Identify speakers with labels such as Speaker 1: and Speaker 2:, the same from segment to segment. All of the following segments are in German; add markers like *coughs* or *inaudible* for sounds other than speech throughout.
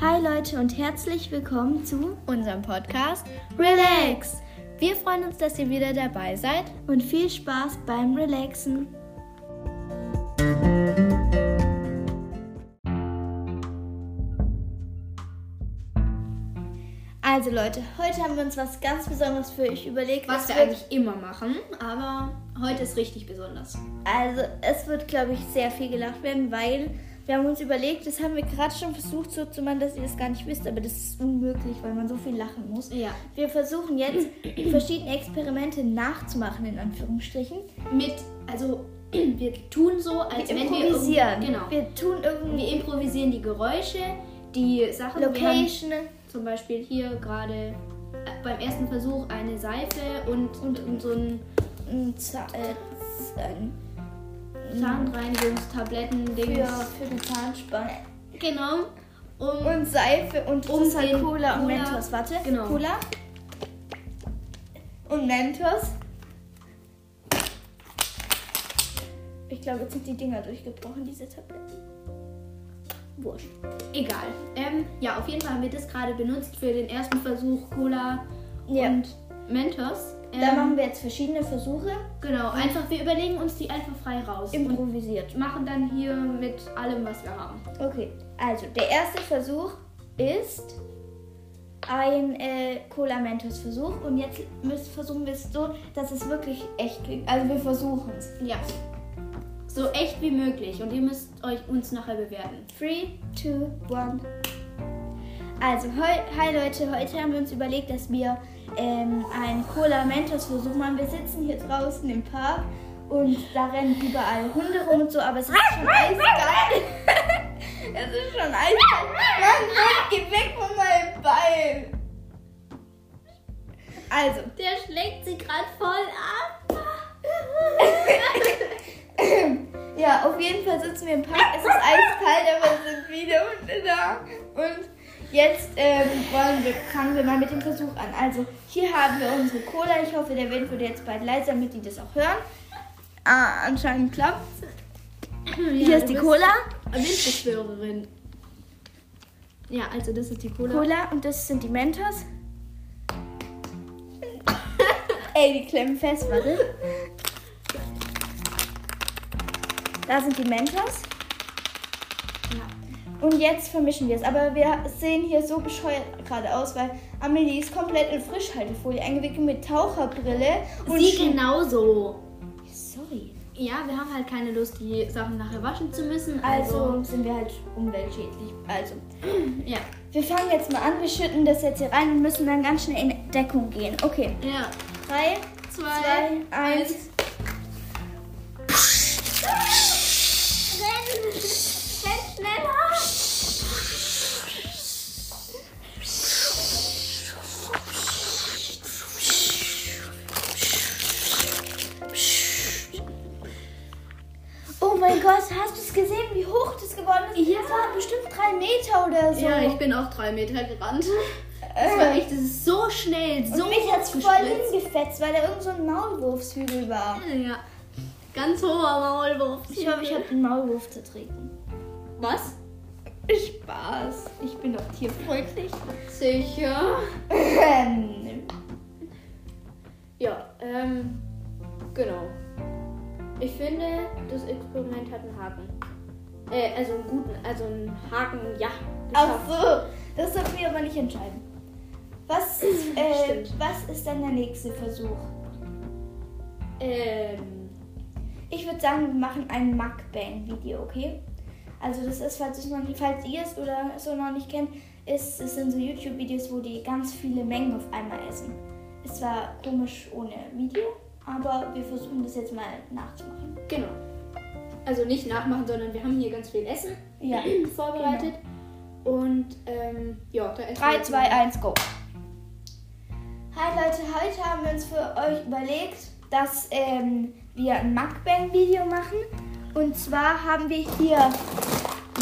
Speaker 1: Hi Leute und herzlich willkommen zu
Speaker 2: unserem Podcast.
Speaker 1: Relax
Speaker 2: Wir freuen uns, dass ihr wieder dabei seid.
Speaker 1: und viel Spaß beim Relaxen. Also Leute, heute haben wir uns was ganz Besonderes für euch überlegt.
Speaker 2: Was
Speaker 1: Es
Speaker 2: wir
Speaker 1: wird-
Speaker 2: eigentlich immer machen, aber heute ist richtig besonders.
Speaker 1: Also es wird, glaube ich, sehr viel gelacht werden, weil wir haben uns überlegt, das haben wir gerade schon versucht so zu machen, dass ihr das gar nicht wisst, aber das ist unmöglich, weil man so viel lachen muss.
Speaker 2: Ja.
Speaker 1: Wir versuchen jetzt verschiedene Experimente nachzumachen, in Anführungsstrichen.
Speaker 2: Mit, also, *clears throat* wir tun so, als
Speaker 1: wir
Speaker 2: wenn wir.
Speaker 1: improvisieren.
Speaker 2: irgend- Genau.
Speaker 1: Wir tun irgendwie
Speaker 2: Wir improvisieren die Geräusche, die Sachen. Wir haben
Speaker 1: Location
Speaker 2: zum Beispiel hier gerade äh, beim ersten Versuch eine Seife und, und, so ein
Speaker 1: und Za- äh, Z- äh,
Speaker 2: Zahnreinigungstabletten-Ding.
Speaker 1: für, für eine Zahnspange.
Speaker 2: Genau. Um,
Speaker 1: Und Seife und
Speaker 2: Um
Speaker 1: das ist halt
Speaker 2: den
Speaker 1: Cola und
Speaker 2: Cola-
Speaker 1: Mentos. Warte,
Speaker 2: Genau.
Speaker 1: Cola und Mentos. Ich glaube, jetzt sind die Dinger durchgebrochen, diese Tabletten.
Speaker 2: Wurscht. Egal. Ähm, ja, auf jeden Fall haben wir das gerade benutzt für den ersten Versuch Cola
Speaker 1: Ja.
Speaker 2: und Mentos. Ähm,
Speaker 1: Da machen wir jetzt verschiedene Versuche.
Speaker 2: genau, einfach, wir überlegen uns die einfach frei raus
Speaker 1: Improvisiert.
Speaker 2: und machen dann hier mit allem, was wir haben.
Speaker 1: Okay, also der erste Versuch ist ein äh, Cola Mentos Versuch und jetzt müssen, versuchen wir es so, dass es wirklich echt klingt. Also wir versuchen es.
Speaker 2: Ja. So echt wie möglich und ihr müsst euch uns nachher bewerten.
Speaker 1: 3, 2, 1. Also, heu, hi Leute, heute haben wir uns überlegt, dass wir ähm, einen Cola-Mentos-Versuch machen. Wir sitzen hier draußen im Park und da rennen überall Hunde rum und so, aber es ist schon eiskalt. *laughs* es ist schon eiskalt. Mann, Mann, geh weg von meinem Bein. Also,
Speaker 2: Der schlägt sie gerade voll *clears throat* ab.
Speaker 1: *laughs* Ja, auf jeden Fall sitzen wir im Park. Es ist eiskalt, aber es sind viele Hunde da. Und jetzt ähm, wollen wir, fangen wir mal mit dem Versuch an. Also, hier haben wir unsere Cola. Ich hoffe, der Wind wird jetzt bald leiser, damit die das auch hören. Ah, anscheinend klappt Hier ist die Cola.
Speaker 2: Windbeschwörerin. Ja, also das ist die Cola.
Speaker 1: Cola und das sind die Mentos. Ey, die klemmen fest, warte. Da sind die Mentos.
Speaker 2: Ja.
Speaker 1: Und jetzt vermischen wir es. Aber wir sehen hier so bescheuert gerade aus, weil Amelie ist komplett in Frischhaltefolie eingewickelt mit Taucherbrille. Und
Speaker 2: Sie
Speaker 1: Schu-
Speaker 2: genauso.
Speaker 1: Sorry.
Speaker 2: Ja, wir haben halt keine Lust, die Sachen nachher waschen zu müssen.
Speaker 1: Also sind wir halt umweltschädlich. Also,
Speaker 2: ja.
Speaker 1: wir fangen jetzt mal an. Wir schütten das jetzt hier rein und müssen dann ganz schnell in Deckung gehen. Okay.
Speaker 2: Ja.
Speaker 1: Drei,
Speaker 2: Zwei,
Speaker 1: zwei, eins.
Speaker 2: Renn, renn schneller.
Speaker 1: Oh mein Gott, hast du es gesehen, wie hoch das geworden ist? Ja. Das war bestimmt drei Meter oder so.
Speaker 2: Ja, ich bin auch drei Meter *laughs* gerannt. Das war
Speaker 1: äh,
Speaker 2: echt, das ist so schnell, so
Speaker 1: und mich hat's
Speaker 2: hoch
Speaker 1: voll
Speaker 2: gespritzt.
Speaker 1: hingefetzt, weil da irgend so ein Maulwurfshügel war.
Speaker 2: Ja. Ganz hoher Maulwurf.
Speaker 1: Ich hoffe, ich habe den Maulwurf zertreten.
Speaker 2: Was?
Speaker 1: Spaß. Ich bin doch tierfreundlich.
Speaker 2: Sicher.
Speaker 1: Ähm,
Speaker 2: Ja, ähm, genau. Ich finde, das Experiment hat einen Haken. Äh, also einen guten, also einen Haken, ja.
Speaker 1: ach
Speaker 2: geschafft.
Speaker 1: so, das dürfen wir aber nicht entscheiden. Was, äh,
Speaker 2: Stimmt.
Speaker 1: was ist dann der nächste Versuch?
Speaker 2: Ähm,
Speaker 1: Ich würde sagen, wir machen ein Mukbang-Video, okay? Also das ist, falls, ich noch nicht, falls ihr es oder so noch nicht kennt, ist, es sind so YouTube-Videos, wo die ganz viele Mengen auf einmal essen. Ist zwar komisch ohne Video, aber wir versuchen das jetzt mal nachzumachen.
Speaker 2: genau. Also nicht nachmachen, sondern wir haben hier ganz viel Essen
Speaker 1: Ja.
Speaker 2: vorbereitet. Und ähm, ja, da essen
Speaker 1: 3,
Speaker 2: wir-
Speaker 1: 2, 1, go. Hi Leute, heute haben wir uns für euch überlegt, dass ähm, wir ein Mukbang-Video machen. Und zwar haben wir hier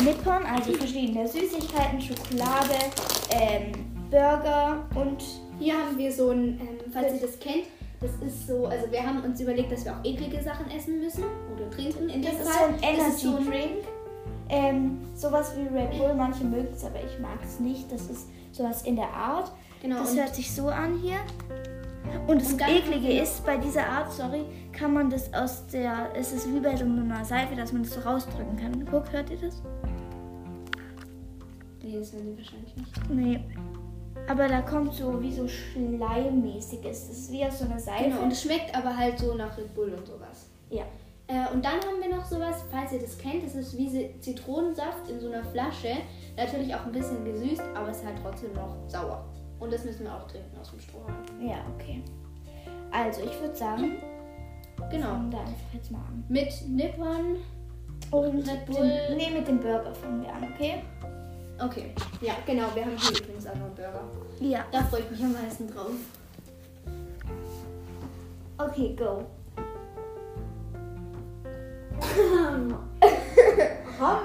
Speaker 1: Nippon, also verschiedene Süßigkeiten, Schokolade, ähm, Burger und
Speaker 2: Hier haben wir so ein, ähm, falls ihr das kennt, das ist so, also wir haben uns überlegt, dass wir auch eklige Sachen essen müssen oder trinken in
Speaker 1: das
Speaker 2: dem
Speaker 1: ist so
Speaker 2: Fall.
Speaker 1: ein
Speaker 2: Das ist so ein-
Speaker 1: Energy Drink. ähm, sowas wie Red Bull. Manche mögen es, aber ich mag es nicht. Das ist sowas in der Art.
Speaker 2: Genau,
Speaker 1: Das
Speaker 2: und-
Speaker 1: hört sich so an hier. Und das
Speaker 2: Und dann-
Speaker 1: Eklige ist, bei dieser Art, sorry, kann man das aus der. Es ist wie bei so einer Seife, dass man das so rausdrücken kann. Guck, hört ihr das?
Speaker 2: Nee, das werden sie wahrscheinlich nicht.
Speaker 1: Nee. Aber da kommt so wie so schleimmäßig ist. Das ist wie aus so einer Seife.
Speaker 2: Genau, und es schmeckt aber halt so nach Red Bull und sowas.
Speaker 1: ja.
Speaker 2: Äh, und dann haben wir noch sowas, falls ihr das kennt, das ist wie Si- Zitronensaft in so einer Flasche. Natürlich auch ein bisschen gesüßt, aber es ist halt trotzdem noch sauer. Und das müssen wir auch trinken aus dem Strohhalm.
Speaker 1: Ja, okay. Also, ich würde sagen,
Speaker 2: Genau.
Speaker 1: fangen wir einfach jetzt mal an.
Speaker 2: Mit Nippon.
Speaker 1: Und
Speaker 2: Oh, Red Bull.
Speaker 1: Den, nee, mit dem Burger fangen wir an, okay?
Speaker 2: Okay. Ja, genau. Wir haben hier übrigens auch noch einen Burger.
Speaker 1: Ja.
Speaker 2: Da freue ich mich am meisten drauf.
Speaker 1: Okay, go.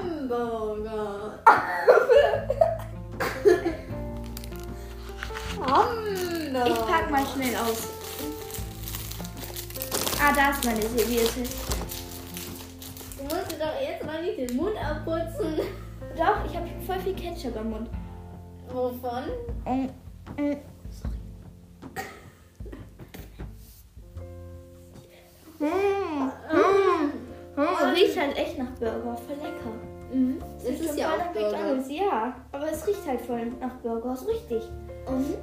Speaker 2: Hamburger. Hamburger.
Speaker 1: Ich pack mal schnell aus. Ah, da ist meine Serviette.
Speaker 2: Du musst dir doch jetzt mal nicht den Mund abputzen.
Speaker 1: Doch, ich habe voll viel Ketchup am Mund.
Speaker 2: Wovon?
Speaker 1: Ähm, ähm, Mmh, mmh. Riecht halt echt nach Burger, voll lecker.
Speaker 2: Mhm. Das
Speaker 1: Riecht
Speaker 2: ist ja
Speaker 1: voll
Speaker 2: auch
Speaker 1: nach
Speaker 2: Burger.
Speaker 1: McDonald's, ja. Aber es riecht halt voll nach Burger, ist richtig.
Speaker 2: Mhm.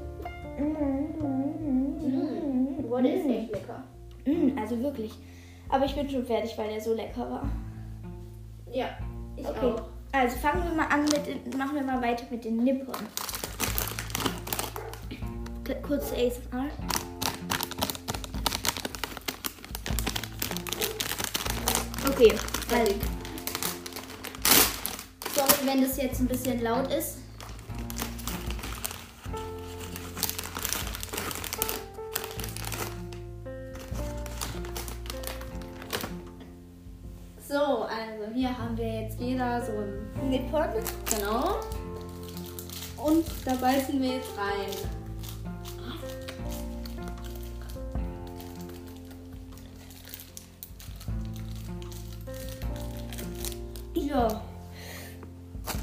Speaker 2: Mhm. Wurde ist echt lecker.
Speaker 1: Mm, Also wirklich. Aber ich bin schon fertig, weil der so lecker war.
Speaker 2: Ja, ich
Speaker 1: Okay.
Speaker 2: auch.
Speaker 1: Also fangen wir mal an mit den, machen wir mal weiter mit den Nippon. K- Kurz zur ASMR. Okay, also,
Speaker 2: Fertig. Sorry, wenn das jetzt ein bisschen laut ist. So, also hier haben wir jetzt jeder so ein
Speaker 1: Nippon.
Speaker 2: Genau. Und da beißen wir jetzt rein. Ja.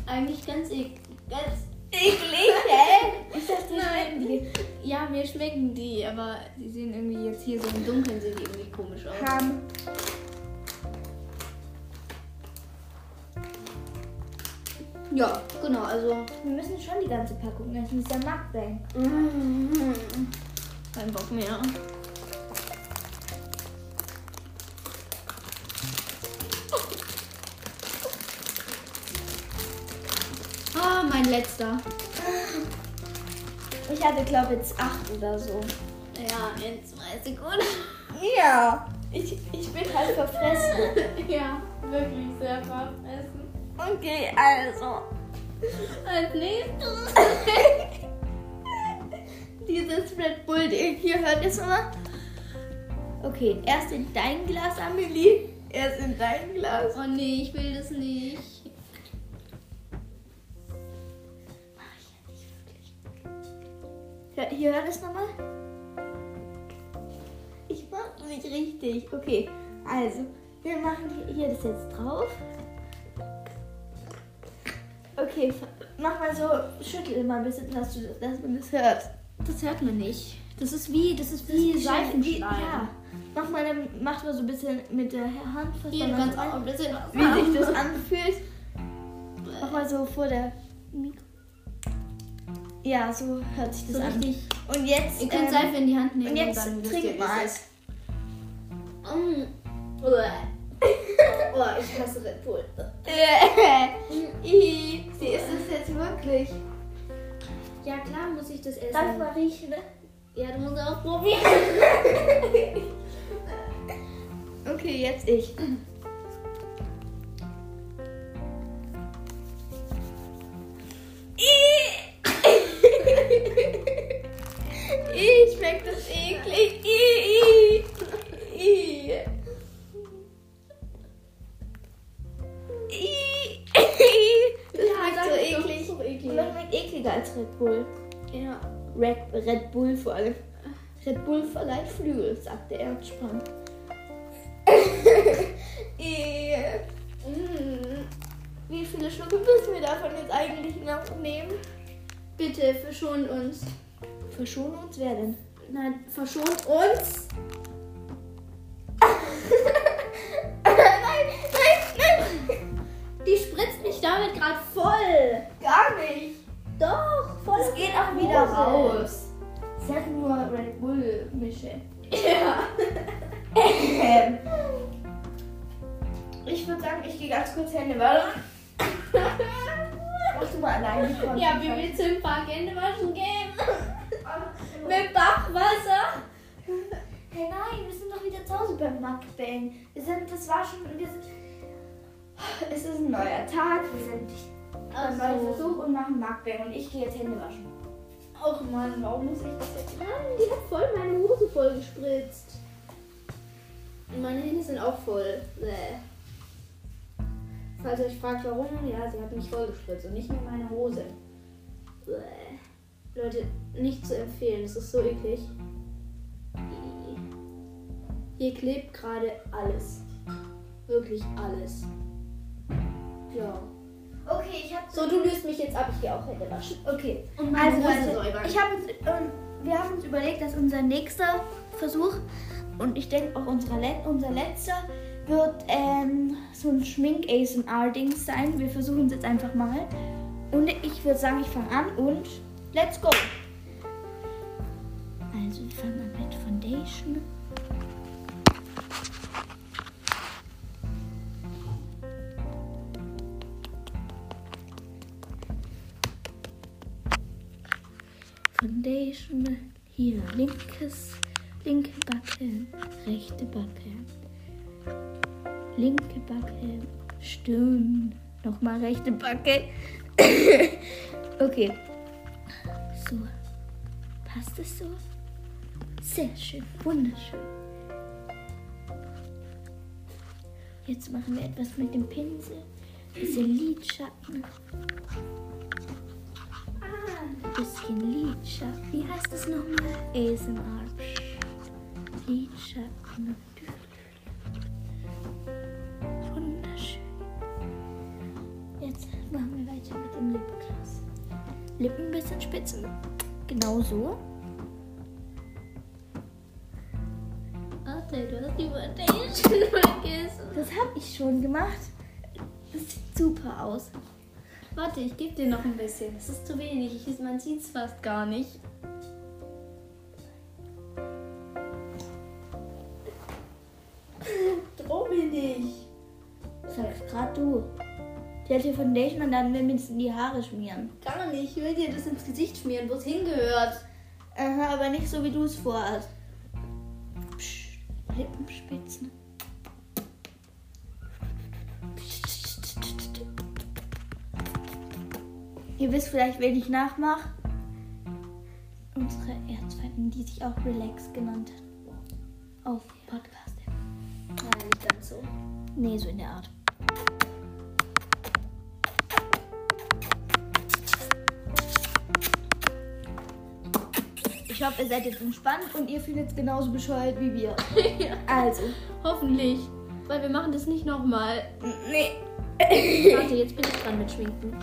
Speaker 2: Eigentlich ganz eklig. Ganz
Speaker 1: Eklig, hä? Ich dachte,
Speaker 2: Nein.
Speaker 1: die
Speaker 2: ja, mir schmecken die, aber die sehen irgendwie jetzt hier so im Dunkeln, sehen die irgendwie komisch aus.
Speaker 1: haben.
Speaker 2: Ja, genau, also.
Speaker 1: Wir müssen schon die ganze Packung essen. Das ist der Markt sein.
Speaker 2: Kein Bock mehr. Ah, mein letzter.
Speaker 1: Ich hatte, glaube ich, jetzt acht oder so.
Speaker 2: Ja, in zwei Sekunden.
Speaker 1: Ja. Ich, ich bin halt verfressen.
Speaker 2: *laughs* ja, wirklich sehr verfressen.
Speaker 1: Okay, also. *laughs*
Speaker 2: Als nächstes dieses Red Bull Ding. Hier hört es mal.
Speaker 1: Okay, erst in dein Glas, Amelie. Erst in dein Glas.
Speaker 2: Oh nee, ich will das nicht.
Speaker 1: Hör, hier, hör das nochmal. Ich mach's nicht richtig. Okay, also, wir machen hier, hier das jetzt drauf. Okay, f- mach mal so, schüttel mal ein bisschen, dass, du, dass man das hört.
Speaker 2: Das hört man nicht. Das ist wie, das ist wie
Speaker 1: Wie- Ja. Mach mal, dann- mach mal so ein bisschen mit der Hand fast
Speaker 2: Hier, du
Speaker 1: mal
Speaker 2: kannst
Speaker 1: rein,
Speaker 2: auch ein *laughs* bisschen was
Speaker 1: wie sich das anfühlt. Mach mal so vor der Mikro. Ja, so hört sich das
Speaker 2: so
Speaker 1: an.
Speaker 2: richtig.
Speaker 1: Und jetzt.
Speaker 2: Ihr könnt
Speaker 1: ähm,
Speaker 2: Seife in die Hand nehmen
Speaker 1: und jetzt
Speaker 2: dann wisst ihr,
Speaker 1: trink
Speaker 2: wie es
Speaker 1: mal.
Speaker 2: ist. Mm. *laughs* Uah. Uah, oh, ich hasse Red Bull.
Speaker 1: Ih, *laughs* Sie ist es jetzt wirklich.
Speaker 2: Ja klar muss ich das
Speaker 1: Darf ich
Speaker 2: essen.
Speaker 1: mal riechen?
Speaker 2: Ja, du musst auch probieren.
Speaker 1: Okay, jetzt ich. *laughs* Ich schmeckt das eklig. Ih, ih. Ih. Ih. *laughs* Das schmeckt so eklig.
Speaker 2: So
Speaker 1: Und
Speaker 2: eklig.
Speaker 1: das schmeckt ekliger als Red Bull.
Speaker 2: Ja.
Speaker 1: Red, Red Bull vor allem. Red Bull verleiht Flügel, sagte er und *laughs* sprang.
Speaker 2: Mm.
Speaker 1: Wie Schlucke, müssen wir davon jetzt eigentlich noch nehmen?
Speaker 2: Bitte verschont uns.
Speaker 1: Verschone uns wer *laughs* denn?
Speaker 2: Nein, verschont uns.
Speaker 1: nein, nein, nein!
Speaker 2: Die spritzt mich damit gerade voll.
Speaker 1: Gar nicht!
Speaker 2: Doch, voll.
Speaker 1: Das geht auch wieder raus. Sag nur Red Bull mische.
Speaker 2: Ja.
Speaker 1: Ähm, ich würde sagen, ich gehe ganz kurz Hände *laughs* waschen. Machst du mal alleine. die Kontrolle.
Speaker 2: Ja, wir willst du ein paar Hände waschen gehen? Mit Bachwasser?
Speaker 1: Hey, nein, wir sind doch wieder zu Hause beim Mukbang. Wir sind, das war schon, wir sind, es ist ein neuer Tag, wir sind ein neuer Versuch und machen Mukbang und ich gehe jetzt Hände waschen.
Speaker 2: Och Mann, warum muss ich das jetzt machen? Die hat voll meine Hose voll gespritzt. Und meine Hände sind auch voll. Bäh. Falls ihr euch fragt, warum, ja, sie hat mich voll gespritzt und nicht nur meine Hose. Bäh. Leute, nicht zu empfehlen, es ist so eklig. Hier klebt gerade alles. Wirklich alles. Ja.
Speaker 1: Okay, ich habe
Speaker 2: So, du löst mich jetzt ab, ich gehe auch Hände waschen.
Speaker 1: Okay.
Speaker 2: Und
Speaker 1: Also,
Speaker 2: meine Hose
Speaker 1: Leute,
Speaker 2: säubern.
Speaker 1: ich habe uns, und wir haben uns überlegt, dass unser nächster Versuch und ich denke auch unser, Let unser letzter wird ähm, so ein Schmink-ASMR-Ding sein. Wir versuchen es jetzt einfach mal. Und ich würde sagen, ich fange an und let's go! Also, wir fangen an mit Foundation. Foundation, hier linkes, linke Backe, rechte Backe, linke Backe, Stirn, nochmal rechte Backe. *coughs* okay, so, passt es so? Sehr schön, wunderschön. Jetzt machen wir etwas mit dem Pinsel, bisschen Lidschatten. Ein bisschen Lidschatten. Wie heißt das nochmal? ASMR. Lidschatten. Wunderschön. Jetzt machen wir weiter mit dem Lipgloss. Lippen ein bisschen spitzen. Genau so.
Speaker 2: Warte, du hast die *laughs* Foundation vergessen.
Speaker 1: Das habe ich schon gemacht. Das sieht super aus.
Speaker 2: Warte, ich gebe dir noch ein bisschen. Das ist zu wenig. Ich, man sieht es fast gar nicht. Droh mir nicht.
Speaker 1: Sagst gerade du. Die hat hier Foundation und dann will mir das in die Haare schmieren.
Speaker 2: Gar nicht. Ich will dir das ins Gesicht schmieren, wo es hingehört.
Speaker 1: Aha, aber nicht so, wie du es vorhast. Psst, Lippenspitzen. Psst. Ihr wisst vielleicht, wen ich nachmache. Unsere Erzfeindin, die sich auch Relax genannt hat. Auf Podcast.
Speaker 2: Nein, nicht ganz so.
Speaker 1: Nee, so in der Art. Ich hoffe, ihr seid jetzt entspannt und ihr findet es genauso bescheuert wie wir. Also.
Speaker 2: Hoffentlich. Weil wir machen das nicht nochmal.
Speaker 1: Nee.
Speaker 2: Warte, jetzt bin ich dran mit Schminken.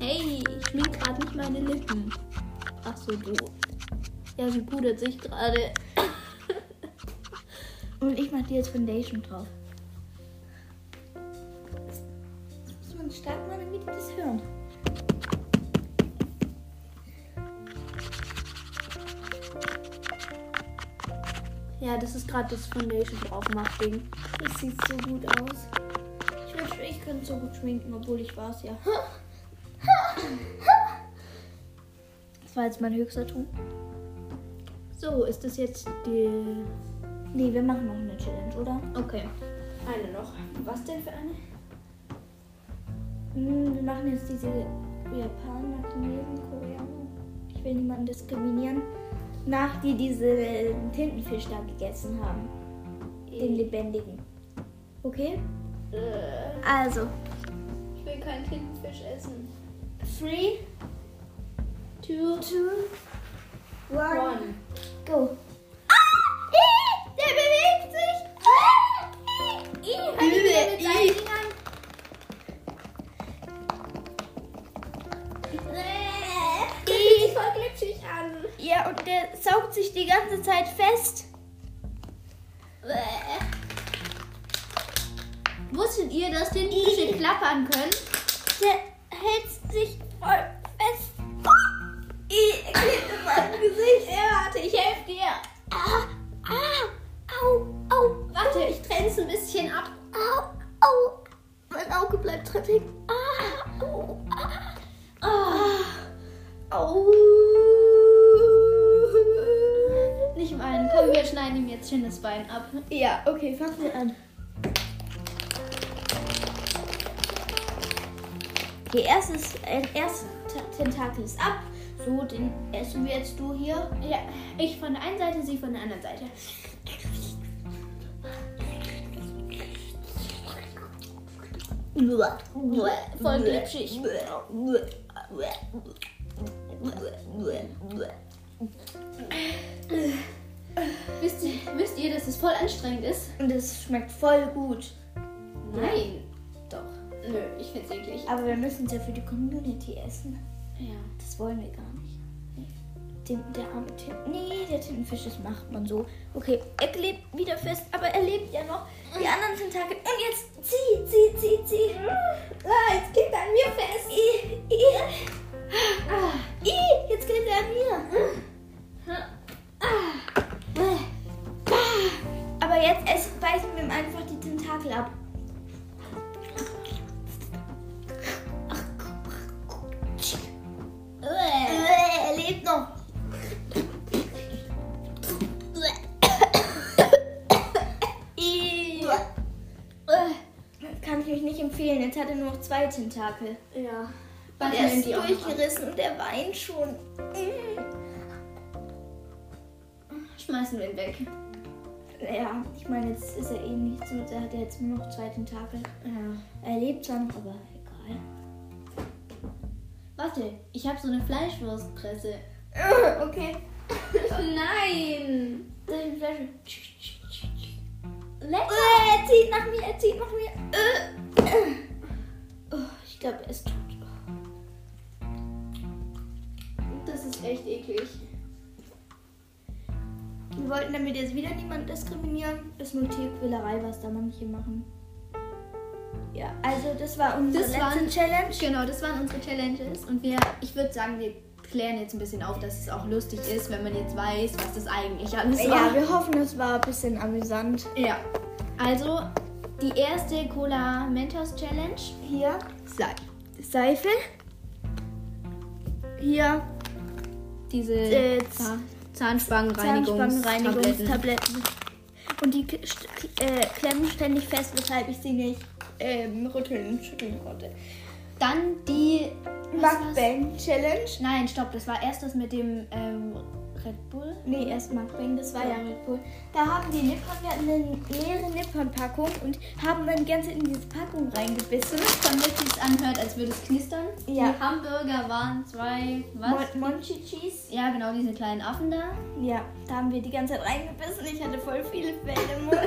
Speaker 2: Hey, ich schmink gerade nicht meine Lippen. Ach so, du. Ja, sie pudert sich gerade.
Speaker 1: Und ich mache dir jetzt Foundation drauf. Das muss man stark machen, damit die das hören.
Speaker 2: Ja, das ist gerade das Foundation drauf macht Ding.
Speaker 1: Das sieht so gut aus. Ich wünschte, ich könnte so gut schminken, obwohl ich war es ja. Das war jetzt mein höchster Ton.
Speaker 2: So, ist das jetzt die.
Speaker 1: Nee, wir machen noch eine Challenge, oder?
Speaker 2: Okay. Eine noch. Was denn für eine?
Speaker 1: Hm, wir machen jetzt diese Japaner, Chinesen, Koreaner. Ich will niemanden diskriminieren. Nach die diese Tintenfisch da gegessen haben. Den lebendigen. Okay?
Speaker 2: E- Äh,
Speaker 1: Also,
Speaker 2: ich will keinen Tintenfisch essen.
Speaker 1: 3,
Speaker 2: Two,
Speaker 1: 2, 1.
Speaker 2: one.
Speaker 1: Go. Ah! Ih! Der bewegt sich! Ah! Ih! sich die ganze Zeit fest.
Speaker 2: Bäh. Wusstet ihr, dass Tintenfische klappern können?
Speaker 1: Der hält sich voll fest. Ich klebt in meinem Gesicht.
Speaker 2: Ja, warte, ich helfe dir.
Speaker 1: Ah, ah, au, au,
Speaker 2: Warte, ich trenne es ein bisschen ab.
Speaker 1: au, au. Mein Auge bleibt dran hängen. Ah, au, ah.
Speaker 2: Ah, Au. Nicht weinen. Komm, wir schneiden ihm jetzt schön das Bein ab.
Speaker 1: Ja, okay, fangen wir an. Okay, erstes, äh, erstes Ta- Tentakel ist ab. So, den essen wir jetzt du hier.
Speaker 2: Ja, ich von der einen Seite, sie von der anderen Seite.
Speaker 1: Voll
Speaker 2: glitschig. Wisst ihr, wisst ihr, dass es voll anstrengend ist?
Speaker 1: Und es schmeckt voll gut.
Speaker 2: Nein.
Speaker 1: Doch.
Speaker 2: Nö, ich find's eklig.
Speaker 1: Aber wir müssen es ja für die Community essen.
Speaker 2: Ja.
Speaker 1: Das wollen wir gar nicht. Den, der arme Tinten. Nee, der Tintenfisch, das macht man so. Okay, er klebt wieder fest, aber er lebt ja noch. Die anderen Tentakel. Und jetzt zieh, zieh, zieh, zieh. Ah, jetzt klebt er an mir fest. I, I. Ah, I, jetzt klebt er an mir. Ah. Ah. Aber jetzt essen, beißen wir ihm einfach die Tentakel ab.
Speaker 2: Uäh.
Speaker 1: Äh, er lebt noch. I. Kann ich euch nicht empfehlen. Jetzt hat er nur noch zwei Tentakel.
Speaker 2: Ja.
Speaker 1: Und
Speaker 2: Warte,
Speaker 1: er
Speaker 2: nimm
Speaker 1: ist
Speaker 2: die auch noch ab.
Speaker 1: durchgerissen und er weint schon. Mm.
Speaker 2: Schmeißen wir ihn weg.
Speaker 1: Mm. Ja, ich meine, jetzt ist er eh nichts mit. Er hat ja jetzt nur noch zwei Tentakel.
Speaker 2: Ja.
Speaker 1: Er lebt zwar noch, aber egal.
Speaker 2: Warte, ich habe so eine Fleischwurstpresse.
Speaker 1: Äh, *laughs* Okay.
Speaker 2: Nein.
Speaker 1: Da ist die Flasche.
Speaker 2: Leck.
Speaker 1: Äh, Er zieht nach mir, er zieht nach mir. Äh, äh. Oh, ich glaube, er ist tot.
Speaker 2: Das ist echt eklig.
Speaker 1: Wir wollten damit jetzt wieder niemanden diskriminieren. Ist nur Tierquälerei, was da manche machen. Ja, also das war unsere
Speaker 2: Das
Speaker 1: letzte
Speaker 2: waren-
Speaker 1: Challenge.
Speaker 2: Genau, das waren unsere Challenges und wir, ich würde sagen, wir klären jetzt ein bisschen auf, dass es auch lustig ist, wenn man jetzt weiß, was das eigentlich alles
Speaker 1: Ja,
Speaker 2: war.
Speaker 1: wir hoffen, es war ein bisschen amüsant.
Speaker 2: Ja. Also, die erste Cola Mentos Challenge.
Speaker 1: Hier Sei Seife. Hier
Speaker 2: Diese
Speaker 1: Äh,
Speaker 2: Zah- Zahnspangenreinigungs- Tabletten.
Speaker 1: Zahnspannenreinigungstabletten. Und die k- st- k- äh, klemmen ständig fest, weshalb ich sie nicht ähm, rütteln, schütteln konnte.
Speaker 2: Dann die. was war's?
Speaker 1: Mukbang Challenge.
Speaker 2: Nein, stopp, das war erst das mit dem ähm, Red Bull.
Speaker 1: Nee, erst Mukbang, das war ja Red Bull. Da haben die Nippon, wir hatten eine leere Nippon-Packung und haben dann ganz in diese Packung reingebissen.
Speaker 2: Damit es anhört, als würde es knistern.
Speaker 1: Ja.
Speaker 2: Die Hamburger waren zwei. Was?
Speaker 1: Mon Monchi Cheese.
Speaker 2: Ja, genau, diese kleinen Affen da.
Speaker 1: Ja, da haben wir die ganze Zeit reingebissen. Ich hatte voll viele Fälle im Mund.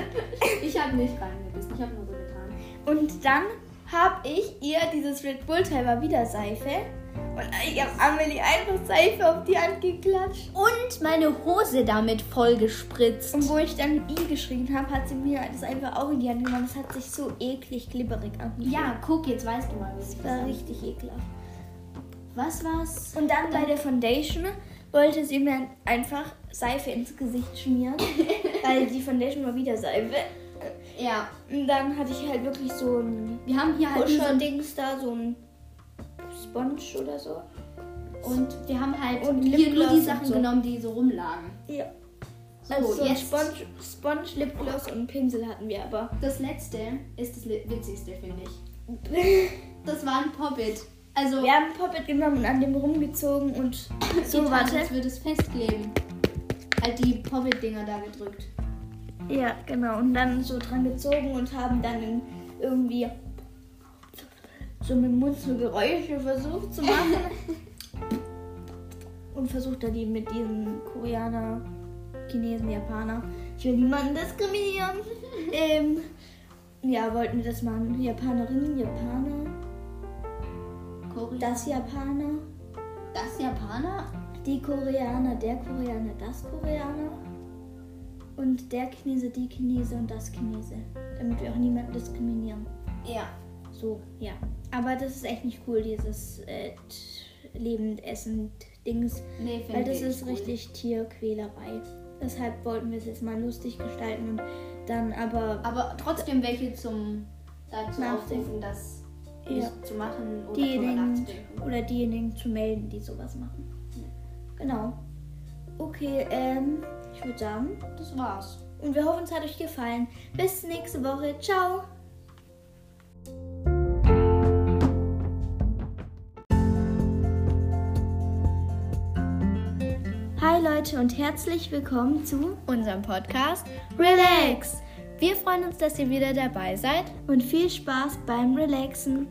Speaker 2: Ich habe nicht reingebissen, ich habe nur so getan.
Speaker 1: Und dann habe ich ihr dieses Red Bull Teil war wieder Seife. Und ich habe Amelie einfach Seife auf die Hand geklatscht.
Speaker 2: Und meine Hose damit voll gespritzt.
Speaker 1: Und wo ich dann I geschrien habe, hat sie mir das einfach auch in die Hand genommen. Es hat sich so eklig glibberig angefühlt.
Speaker 2: Ja, guck, jetzt weißt du mal, wie es
Speaker 1: Das war
Speaker 2: war.
Speaker 1: richtig ekelhaft.
Speaker 2: Was war's?
Speaker 1: Und dann bei der Foundation wollte sie mir einfach Seife ins Gesicht
Speaker 2: *laughs*
Speaker 1: schmieren, weil die Foundation war wieder Seife.
Speaker 2: Ja,
Speaker 1: Und dann hatte ich halt wirklich so ein
Speaker 2: wir haben hier halt nur so ein
Speaker 1: Dings da, so ein Sponge oder so.
Speaker 2: und wir haben halt
Speaker 1: Und
Speaker 2: hier nur
Speaker 1: Lipgloss
Speaker 2: die
Speaker 1: und
Speaker 2: Sachen
Speaker 1: so.
Speaker 2: genommen, die so rumlagen.
Speaker 1: Ja.
Speaker 2: So,
Speaker 1: also so ein
Speaker 2: jetzt
Speaker 1: Sponge, Sponge, Lipgloss und einen Pinsel hatten wir
Speaker 2: *laughs*
Speaker 1: aber.
Speaker 2: das letzte ist das li- witzigste, finde ich. Das war ein Poppet. Also
Speaker 1: Wir haben ein Poppet genommen und an dem rumgezogen
Speaker 2: *laughs*
Speaker 1: und so,
Speaker 2: Jetzt
Speaker 1: warte.
Speaker 2: wird es festkleben. Halt die Poppet-Dinger da gedrückt.
Speaker 1: Ja, genau. Und dann so dran gezogen und haben dann in- irgendwie so mit dem Mund so Geräusche versucht zu machen.
Speaker 2: *laughs*
Speaker 1: und versucht dann die mit diesen Koreaner, Chinesen, Japaner. Ich will niemanden diskriminieren.
Speaker 2: *laughs*
Speaker 1: ähm, ja, wollten wir das machen. Japanerinnen, Japaner,
Speaker 2: Korea.
Speaker 1: das Japaner,
Speaker 2: das Japaner?
Speaker 1: die die Koreaner, der Koreaner, das Koreaner und der Chinese, die Chinese und das Chinese, damit wir auch niemanden diskriminieren.
Speaker 2: Ja.
Speaker 1: So, ja. Aber das ist echt nicht cool, dieses äh, t- Leben, Essen, Dings,
Speaker 2: Nee,
Speaker 1: weil das
Speaker 2: ich
Speaker 1: ist
Speaker 2: cool.
Speaker 1: richtig Tierquälerei. Deshalb wollten wir es jetzt mal lustig gestalten und dann aber
Speaker 2: Aber trotzdem welche zum dazu
Speaker 1: Nachdenken.
Speaker 2: aufrufen, das
Speaker 1: Ja.
Speaker 2: nicht zu machen oder
Speaker 1: Die
Speaker 2: drüber
Speaker 1: den-
Speaker 2: nachzudenken.
Speaker 1: oder diejenigen zu melden, die sowas machen. Genau. Okay, ähm, ich würde sagen.
Speaker 2: Das war's.
Speaker 1: Und wir hoffen, es hat euch gefallen. Bis nächste Woche. Ciao. Hi Leute und herzlich willkommen zu
Speaker 3: unserem Podcast.
Speaker 1: Relax
Speaker 3: Wir freuen uns, dass ihr wieder dabei seid.
Speaker 1: und viel Spaß beim Relaxen.